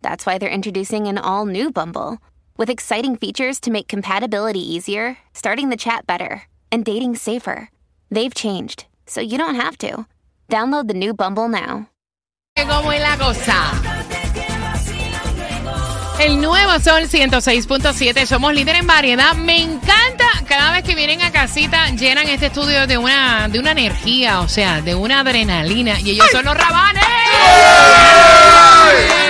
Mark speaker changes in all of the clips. Speaker 1: that's why they're introducing an all new Bumble with exciting features to make compatibility easier, starting the chat better, and dating safer. They've changed, so you don't have to. Download the new Bumble now.
Speaker 2: ¿Cómo es la cosa? El nuevo Sol 106.7, somos líder en variedad. Me encanta cada vez que vienen a casita, llenan este estudio de una, de una energía, o sea, de una adrenalina. Y ellos son los rabanes.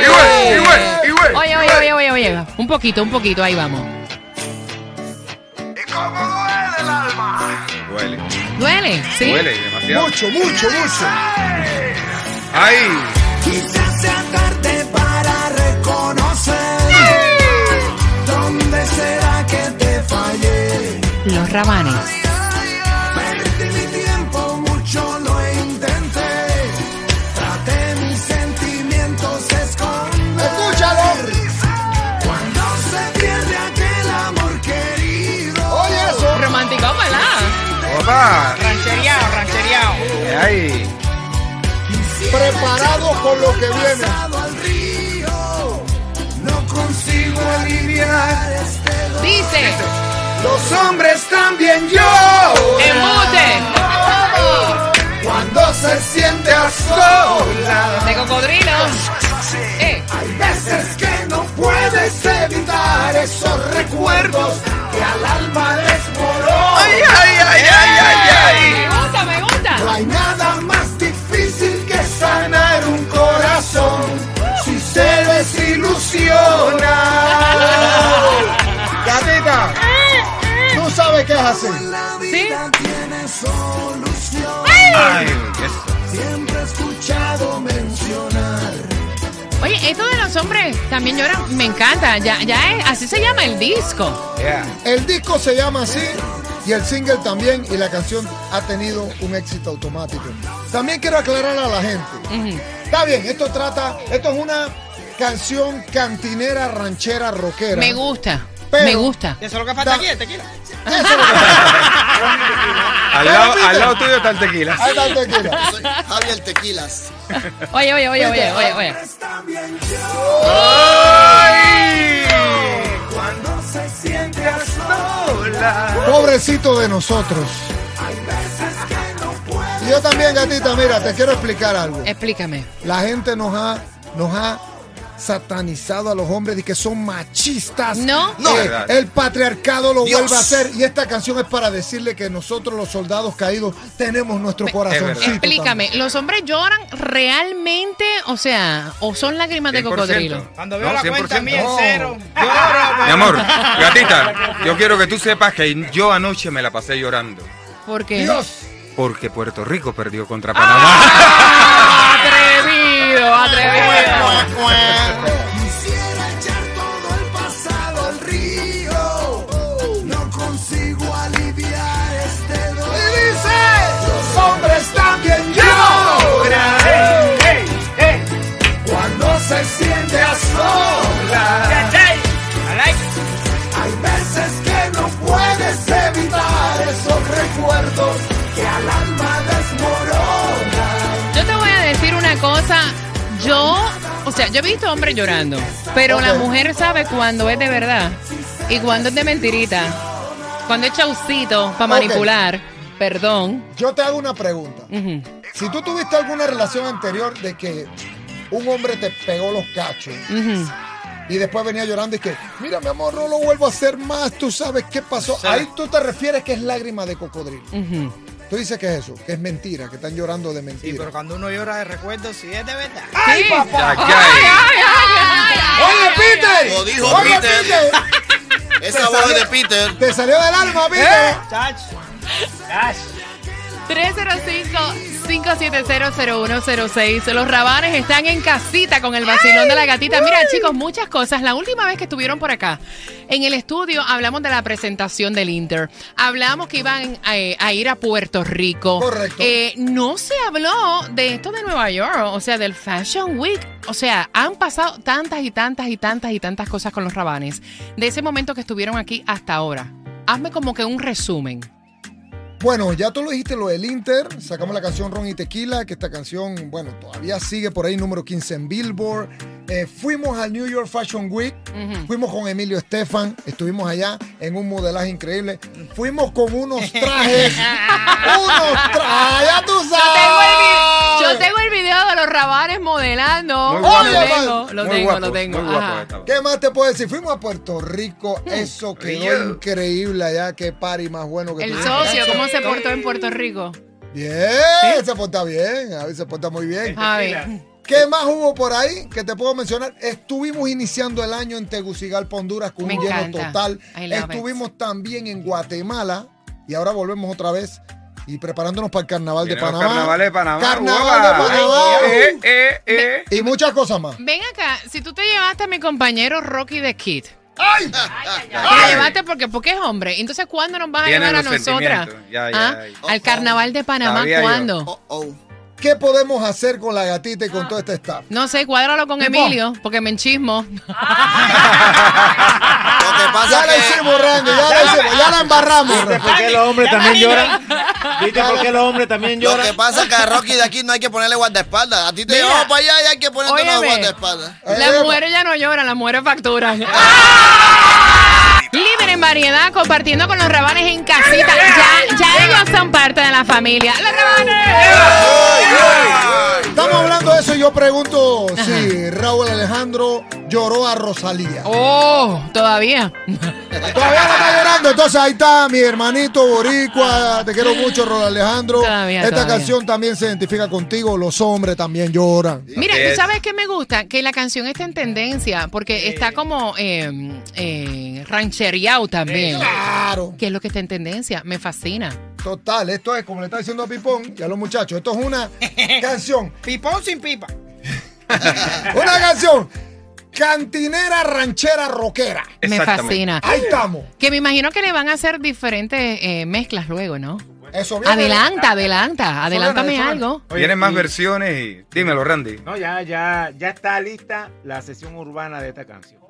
Speaker 2: Oye, oye, oye, oye, oye. Un poquito, un poquito, ahí vamos.
Speaker 3: ¿Y cómo duele el alma?
Speaker 4: Duele,
Speaker 2: ¿Duele? ¿Sí?
Speaker 4: duele demasiado.
Speaker 5: Mucho, mucho, mucho.
Speaker 4: ¡Ay!
Speaker 5: Quizás sea tarde para reconocer dónde será que te fallé.
Speaker 2: Los rabanes.
Speaker 5: Perdí mi tiempo, mucho lo intenté. Traté mis sentimientos a esconder. ¡Escúchalo! Cuando se pierde aquel amor querido. ¡Oye eso!
Speaker 2: Romántico, ¿verdad?
Speaker 4: ¡Opa!
Speaker 2: Ranchereado, ranchereado.
Speaker 4: ¡Ay!
Speaker 5: Preparado con lo que viene. al río, no consigo aliviar este dolor.
Speaker 2: Dice,
Speaker 5: Los hombres también yo.
Speaker 2: embute.
Speaker 5: Cuando se siente a sola,
Speaker 2: De cocodrilo. Eh,
Speaker 5: hay veces que no puedes evitar esos recuerdos que al alma desmoró.
Speaker 4: ¡Ay, ay, ay, ay, ay!
Speaker 2: me gusta, me gusta.
Speaker 5: No hay nada más difícil que sanar un corazón si se desilusiona.
Speaker 4: ay. ¡Gatita!
Speaker 5: Tú sabes qué es así.
Speaker 2: ¿Sí?
Speaker 4: ¡Ay! Yes.
Speaker 5: Siempre he escuchado mencionar.
Speaker 2: Oye, esto de los hombres también lloran, me encanta. Ya, ya es, así se llama el disco.
Speaker 4: Yeah.
Speaker 6: El disco se llama así y el single también y la canción ha tenido un éxito automático. También quiero aclarar a la gente. Está bien, esto trata, esto es una canción cantinera, ranchera, rockera.
Speaker 2: Me gusta,
Speaker 6: Pero-
Speaker 2: me gusta.
Speaker 7: Eso es lo que falta
Speaker 6: Da-
Speaker 7: aquí, este tequila.
Speaker 6: Eso es lo que-
Speaker 4: Al, lado, al lado tuyo está el tequila.
Speaker 6: Ahí está, tequila.
Speaker 8: Javier Tequilas.
Speaker 2: Oye, oye, oye, oye, oye, oye.
Speaker 4: ¡Ay!
Speaker 5: Cuando se siente a sola.
Speaker 6: Pobrecito de nosotros. Y yo también, gatita, mira, te quiero explicar algo.
Speaker 2: Explícame.
Speaker 6: La gente nos ha, nos ha satanizado a los hombres de que son machistas.
Speaker 2: No.
Speaker 8: No.
Speaker 6: Eh, el patriarcado lo
Speaker 8: Dios.
Speaker 6: vuelve a hacer. Y esta canción es para decirle que nosotros, los soldados caídos, tenemos nuestro corazoncito.
Speaker 2: Explícame, ¿los hombres lloran realmente? O sea, ¿o son lágrimas de
Speaker 4: 100%.
Speaker 2: cocodrilo?
Speaker 7: Cuando veo
Speaker 4: No,
Speaker 7: la cuenta
Speaker 4: 100%.
Speaker 7: mía en
Speaker 6: No.
Speaker 7: cero.
Speaker 4: Mi amor, gatita, yo quiero que tú sepas que yo anoche me la pasé llorando.
Speaker 2: Porque.
Speaker 4: Porque Puerto Rico perdió contra Panamá.
Speaker 2: Ah. ¡Atrevido! ¡Atrevido!
Speaker 5: Quisiera echar todo el pasado al río. No consigo aliviar este dolor. Y dice: Los hombres también lloran. Cuando se siente a sola.
Speaker 7: I like it.
Speaker 5: Hay veces que no puedes evitar esos recuerdos que al alma desmoronan.
Speaker 2: Yo te voy a decir una cosa. Yo, o sea, yo he visto hombres llorando, pero la mujer sabe cuando es de verdad y cuando es de mentirita. Cuando es chaucito para
Speaker 6: Ok.
Speaker 2: manipular, perdón.
Speaker 6: Yo te hago una pregunta.
Speaker 2: Ujú.
Speaker 6: Si tú tuviste alguna relación anterior de que un hombre te pegó los cachos
Speaker 2: Ujú.
Speaker 6: y después venía llorando y que, mira, mi amor, no lo vuelvo a hacer más, tú sabes qué pasó.
Speaker 7: Sí.
Speaker 6: Ahí tú te refieres que es lágrima de cocodrilo.
Speaker 2: Ujú.
Speaker 6: Tú dices que es eso, que es mentira, que están llorando de
Speaker 7: Sí,
Speaker 6: mentira.
Speaker 7: pero cuando uno llora de recuerdo, sí es de verdad.
Speaker 5: ¡Ay,
Speaker 2: Sí.
Speaker 5: papá!
Speaker 4: Ay,
Speaker 2: Ay,
Speaker 4: ay.
Speaker 2: ay, ay, ay,
Speaker 5: ¡Oye, Peter!
Speaker 8: Lo dijo
Speaker 6: Oye,
Speaker 8: Peter.
Speaker 6: Peter,
Speaker 2: Pues,
Speaker 8: Esa voz de Peter.
Speaker 6: te Ah. salió del alma, Peter.
Speaker 7: Chach. Chach.
Speaker 2: ay. 622-570-0106. Los rabanes están en casita con el vacilón de la gatita. Mira, chicos, muchas cosas. La última vez que estuvieron por acá, en el estudio, hablamos de la presentación del Inter. Hablamos que iban a, eh, a ir a Puerto Rico.
Speaker 6: Correcto.
Speaker 2: Eh, no se habló de esto de Nueva York, o sea, del Fashion Week. O sea, han pasado tantas y tantas y tantas y tantas cosas con los rabanes. De ese momento que estuvieron aquí hasta ahora. Hazme como que un resumen.
Speaker 6: Bueno, ya tú lo dijiste, lo del Inter. Sacamos la canción Ron y Tequila, que esta canción, bueno, todavía sigue por ahí, número 15 en Billboard. Eh, fuimos al New York Fashion Week. Fuimos con Emilio Estefan. Estuvimos allá en un modelaje increíble. Fuimos con unos trajes. unos trajes, ya tú
Speaker 2: Yo tengo el vi-
Speaker 6: sabes.
Speaker 2: Yo tengo el video de los rabanes modelando.
Speaker 4: Muy
Speaker 6: guapo.
Speaker 2: lo tengo,
Speaker 6: Oye,
Speaker 2: lo
Speaker 4: Muy
Speaker 2: tengo,
Speaker 4: guapo,
Speaker 2: lo tengo.
Speaker 4: Muy guapo este
Speaker 2: Ajá.
Speaker 4: estaba.
Speaker 6: ¿Qué más te puedo decir? Fuimos a Puerto Rico.
Speaker 2: Hmm.
Speaker 6: Eso quedó
Speaker 4: Río.
Speaker 6: increíble allá. Qué party más bueno que
Speaker 2: El
Speaker 6: tuvimos.
Speaker 2: socio, ¿cómo se portó en Puerto Rico?
Speaker 6: Bien, se porta bien. A ver, se porta muy bien.
Speaker 2: Javi.
Speaker 6: ¿Qué más hubo por ahí que te puedo mencionar? Estuvimos iniciando el año en Tegucigalpa, Honduras, con
Speaker 2: Me
Speaker 6: un lleno
Speaker 2: encanta.
Speaker 6: total.
Speaker 2: I love it.
Speaker 6: Estuvimos también en Guatemala y ahora volvemos otra vez y preparándonos para el carnaval de
Speaker 4: Vienen los
Speaker 6: Panamá.
Speaker 4: Carnavales de Panamá.
Speaker 6: Carnaval
Speaker 4: guapa.
Speaker 6: de Panamá.
Speaker 4: Eh, eh, eh.
Speaker 6: Y muchas cosas más.
Speaker 2: Ven acá, si tú te llevaste a mi compañero Rocky de Kid,
Speaker 6: ¡Ay!
Speaker 2: te lo
Speaker 4: Ay.
Speaker 2: llevaste porque, porque es hombre. Entonces, ¿cuándo nos vas a
Speaker 4: Vienen
Speaker 2: llevar a
Speaker 4: los
Speaker 2: nosotras?
Speaker 4: sentimientos. Ya, ya,
Speaker 2: ¿Ah?
Speaker 4: ya.
Speaker 2: Al carnaval de Panamá,
Speaker 4: Sabía yo.
Speaker 2: ¿cuándo?
Speaker 8: Oh, oh.
Speaker 6: ¿Qué podemos hacer con la gatita y con todo este staff?
Speaker 2: No sé, cuádralo con
Speaker 6: Tipo.
Speaker 2: Emilio, porque me enchismo.
Speaker 8: Lo
Speaker 2: Ah,
Speaker 8: que
Speaker 6: Ya
Speaker 8: pasa
Speaker 6: la
Speaker 8: es que
Speaker 6: hicimos, Randy, ya la hicimos, ya la embarramos.
Speaker 9: ¿Por qué los hombres también lloran? ¿Viste por qué los hombres también
Speaker 8: lo que
Speaker 9: lloran?
Speaker 8: pasa es que a Rocky de aquí no hay que ponerle guardaespaldas. A ti te
Speaker 2: Mira.
Speaker 8: llevamos para allá y hay que ponerle una
Speaker 2: Óyeme.
Speaker 8: guardaespaldas.
Speaker 2: Las
Speaker 6: Epa.
Speaker 2: mujeres ya no lloran, las mujeres facturan. Líder en variedad, compartiendo con los rabanes en casita. Ya, ya ellos son parte de la familia. ¡Los rabanes!
Speaker 6: Estamos hablando de eso y yo pregunto si Raúl Alejandro lloró a Rosalía.
Speaker 2: ¡Oh! Todavía.
Speaker 6: Todavía no está llorando. Entonces ahí está mi hermanito Boricua. Te quiero mucho, Rol Alejandro.
Speaker 2: Todavía,
Speaker 6: Esta
Speaker 2: todavía.
Speaker 6: canción también se identifica contigo. Los hombres también lloran.
Speaker 2: Mira,
Speaker 4: Así
Speaker 2: ¿tú
Speaker 4: es.
Speaker 2: sabes qué me gusta? Que la canción está en tendencia, porque está como eh, eh, rancheriao también.
Speaker 6: Claro.
Speaker 2: ¿Qué es lo que está en tendencia? Me fascina.
Speaker 6: Total, esto es como le está diciendo a Pipón y a los muchachos. Esto es una canción.
Speaker 7: Pipón sin pipa.
Speaker 6: Una canción. Cantinera, ranchera, rockera.
Speaker 2: Me
Speaker 4: Exactamente.
Speaker 2: fascina.
Speaker 6: Ahí estamos.
Speaker 2: Que me imagino que le van a hacer diferentes eh, mezclas luego, ¿no?
Speaker 6: Eso viene.
Speaker 2: Adelanta, adelanta, adelántame
Speaker 9: Solana,
Speaker 2: algo.
Speaker 9: Oye,
Speaker 4: Vienen más
Speaker 9: y-
Speaker 4: versiones y. Dímelo, Randy.
Speaker 9: No, ya, ya, ya está lista la sesión urbana de esta canción.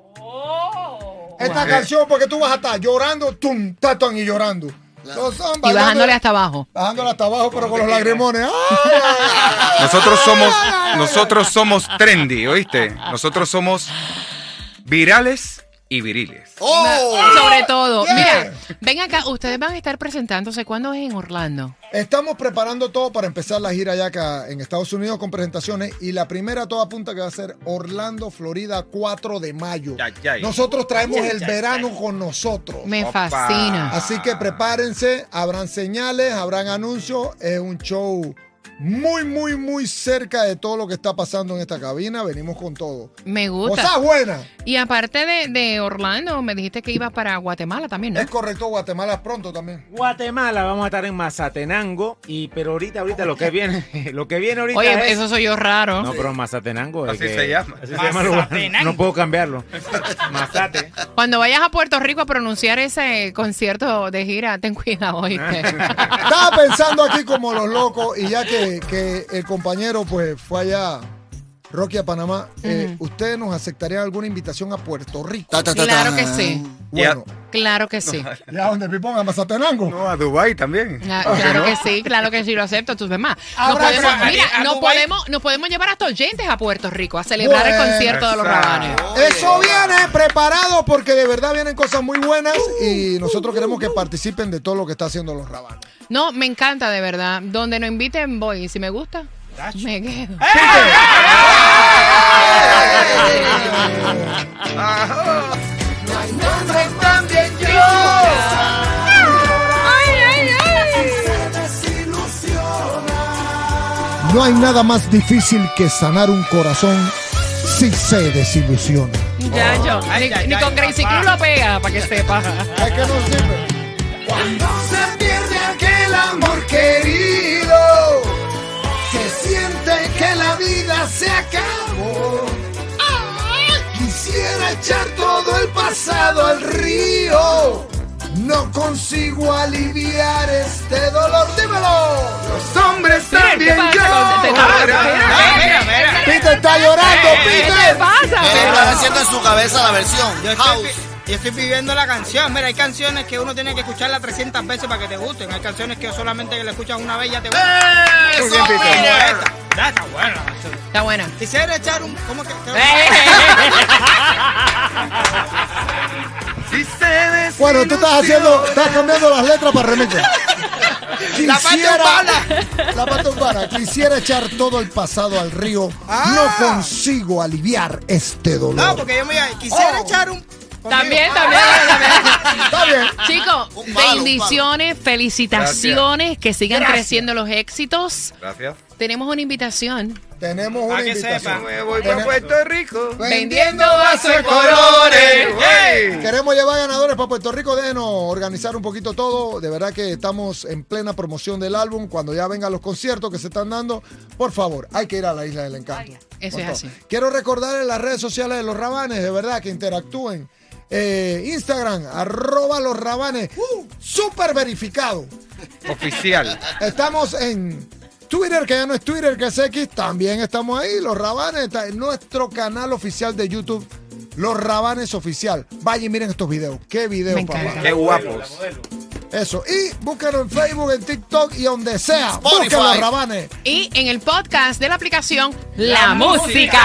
Speaker 6: Esta canción, porque tú vas a estar llorando, tum, tatan y llorando. Los hombres
Speaker 2: Y bajándole
Speaker 6: bailando-
Speaker 2: hasta abajo.
Speaker 6: Bajándola hasta abajo, pero con los lagrimones. ¡Ah! ¡Ay!
Speaker 4: Nosotros somos, nosotros somos trendy, ¿oíste? Nosotros somos virales y viriles.
Speaker 8: ¡Oh!
Speaker 2: Sobre todo.
Speaker 6: Yeah.
Speaker 2: Mira, ven acá, ustedes van a estar presentándose. ¿Cuándo es en Orlando?
Speaker 6: Estamos preparando todo para empezar la gira ya acá en Estados Unidos con presentaciones y la primera a toda punta que va a ser Orlando, Florida, 4 de mayo.
Speaker 4: Ya, ya, ya. Ah.
Speaker 6: Nosotros traemos el verano con nosotros.
Speaker 2: Me
Speaker 4: Opa.
Speaker 2: fascina.
Speaker 6: Así que prepárense, habrán señales, habrán anuncios. Es un show muy, muy, muy cerca de todo lo que está pasando en esta cabina. Venimos con todo.
Speaker 2: Me gusta.
Speaker 6: Cosas buenas.
Speaker 2: Y aparte de, de Orlando, me dijiste que ibas para Guatemala también, ¿no?
Speaker 6: Es correcto, Guatemala pronto también.
Speaker 9: Guatemala, vamos a estar en Mazatenango, y pero ahorita, ahorita lo que viene, lo que viene ahorita
Speaker 2: Oye,
Speaker 9: es-
Speaker 2: eso soy yo raro.
Speaker 9: No, pero Mazatenango es
Speaker 4: Así
Speaker 9: que-
Speaker 4: se llama.
Speaker 9: así se llama el lugar.
Speaker 7: Mazatenango.
Speaker 9: No puedo cambiarlo. Mazate.
Speaker 2: Cuando vayas a Puerto Rico a pronunciar ese concierto de gira, ten cuidado, ¿oíste?
Speaker 6: Estaba pensando aquí como los locos y ya que, que el compañero pues fue allá, Rocky a Panamá, eh, ¿ustedes nos aceptarían alguna invitación a Puerto Rico?
Speaker 8: Ta, ta, ta, ta.
Speaker 2: Claro que sí.
Speaker 6: Bueno,
Speaker 2: Claro que sí.
Speaker 6: ¿ya dónde Pipón? ¿A Mazatenango?
Speaker 4: No, a Dubái también.
Speaker 2: Ah, Claro que sí, claro que sí, lo acepto, tus demás. Nos
Speaker 6: Ahora,
Speaker 2: podemos,
Speaker 6: pero,
Speaker 2: mira,
Speaker 7: ¿a
Speaker 2: nos
Speaker 7: Dubái?
Speaker 2: podemos, nos podemos llevar hasta oyentes a Puerto Rico a celebrar el
Speaker 6: Bueno,
Speaker 2: concierto de los
Speaker 4: exacto.
Speaker 2: rabanes.
Speaker 6: Eso viene preparado porque de verdad vienen cosas muy buenas y nosotros queremos que participen de todo lo que está haciendo los rabanos.
Speaker 2: No, me encanta de verdad. Donde nos inviten voy. Y si me gusta, me quedo.
Speaker 6: No hay nada más difícil que sanar un corazón si se desilusiona.
Speaker 2: Ya yo. Ni,
Speaker 7: ay,
Speaker 2: ni
Speaker 7: ay,
Speaker 2: con Crazy
Speaker 7: papá.
Speaker 2: Crew lo pega, para que sepa.
Speaker 6: Es que no sirve.
Speaker 5: Cuando se pierde aquel amor querido, vida se acabó. Quisiera echar todo el pasado al río. No consigo aliviar este dolor. Dímelo.
Speaker 4: Los hombres
Speaker 2: ¿Qué
Speaker 4: también
Speaker 2: pasa con- te- te-
Speaker 4: lloran.
Speaker 6: Ah,
Speaker 7: Espera, espera.
Speaker 6: Peter está llorando,
Speaker 2: ¿Qué te
Speaker 6: Peter.
Speaker 2: pasa?
Speaker 8: Él está haciendo en su cabeza la versión.
Speaker 7: Yo estoy,
Speaker 8: House.
Speaker 7: vi- yo estoy viviendo la canción. Mira, hay canciones que uno tiene que escucharla 300 veces para que te gusten. Hay canciones que solamente que la escuchas una vez ya te gustan.
Speaker 4: Muy bien, Peter.
Speaker 7: Como esta. Ya Está buena la canción.
Speaker 2: Está buena.
Speaker 7: Quisiera echar un... ¿Cómo que?
Speaker 6: Eh,
Speaker 7: que-
Speaker 4: Si se desilusiona-
Speaker 6: Bueno, tú estás haciendo, estás cambiando las letras para remix. Quisiera,
Speaker 7: parte
Speaker 6: La parte urbana. Quisiera echar todo el pasado al río.
Speaker 7: Ah.
Speaker 6: No consigo aliviar este dolor.
Speaker 7: No, porque yo me iba... Quisiera
Speaker 6: Oh.
Speaker 7: echar un... Ah.
Speaker 2: También, también, también.
Speaker 6: Está bien.
Speaker 2: Chicos,
Speaker 8: Un palo, un
Speaker 2: bendiciones, felicitaciones, que sigan creciendo los éxitos.
Speaker 4: Gracias.
Speaker 2: Tenemos una invitación.
Speaker 6: Tenemos una
Speaker 7: que
Speaker 6: invitación.
Speaker 7: sepa.
Speaker 4: Me voy para Puerto Rico.
Speaker 2: Vendiendo
Speaker 4: vasos de colores. Hey.
Speaker 6: Queremos llevar ganadores para Puerto Rico, déjenos organizar un poquito todo. De verdad que estamos en plena promoción del álbum. Cuando ya vengan los conciertos que se están dando, por favor, hay que ir a la Isla del Encanto.
Speaker 2: Eso
Speaker 6: Con
Speaker 2: es
Speaker 6: todo.
Speaker 2: así.
Speaker 6: Quiero recordar en las redes sociales de los Rabanes, de verdad, que interactúen. Eh, Instagram, arroba los Rabanes,
Speaker 2: Uh.
Speaker 6: super verificado.
Speaker 4: Oficial.
Speaker 6: Estamos en Twitter, que ya no es Twitter, que es X. También estamos ahí, Los Rabanes. Está en nuestro canal oficial de YouTube, Los Rabanes Oficial. Vayan y miren estos videos. Qué videos,
Speaker 2: Me encanta.
Speaker 6: papá.
Speaker 4: Qué guapos.
Speaker 6: Eso. Y búscalo en Facebook, en TikTok y donde sea.
Speaker 8: Spotify.
Speaker 6: Busquen Los Rabanes.
Speaker 2: Y en el podcast de la aplicación La, Música.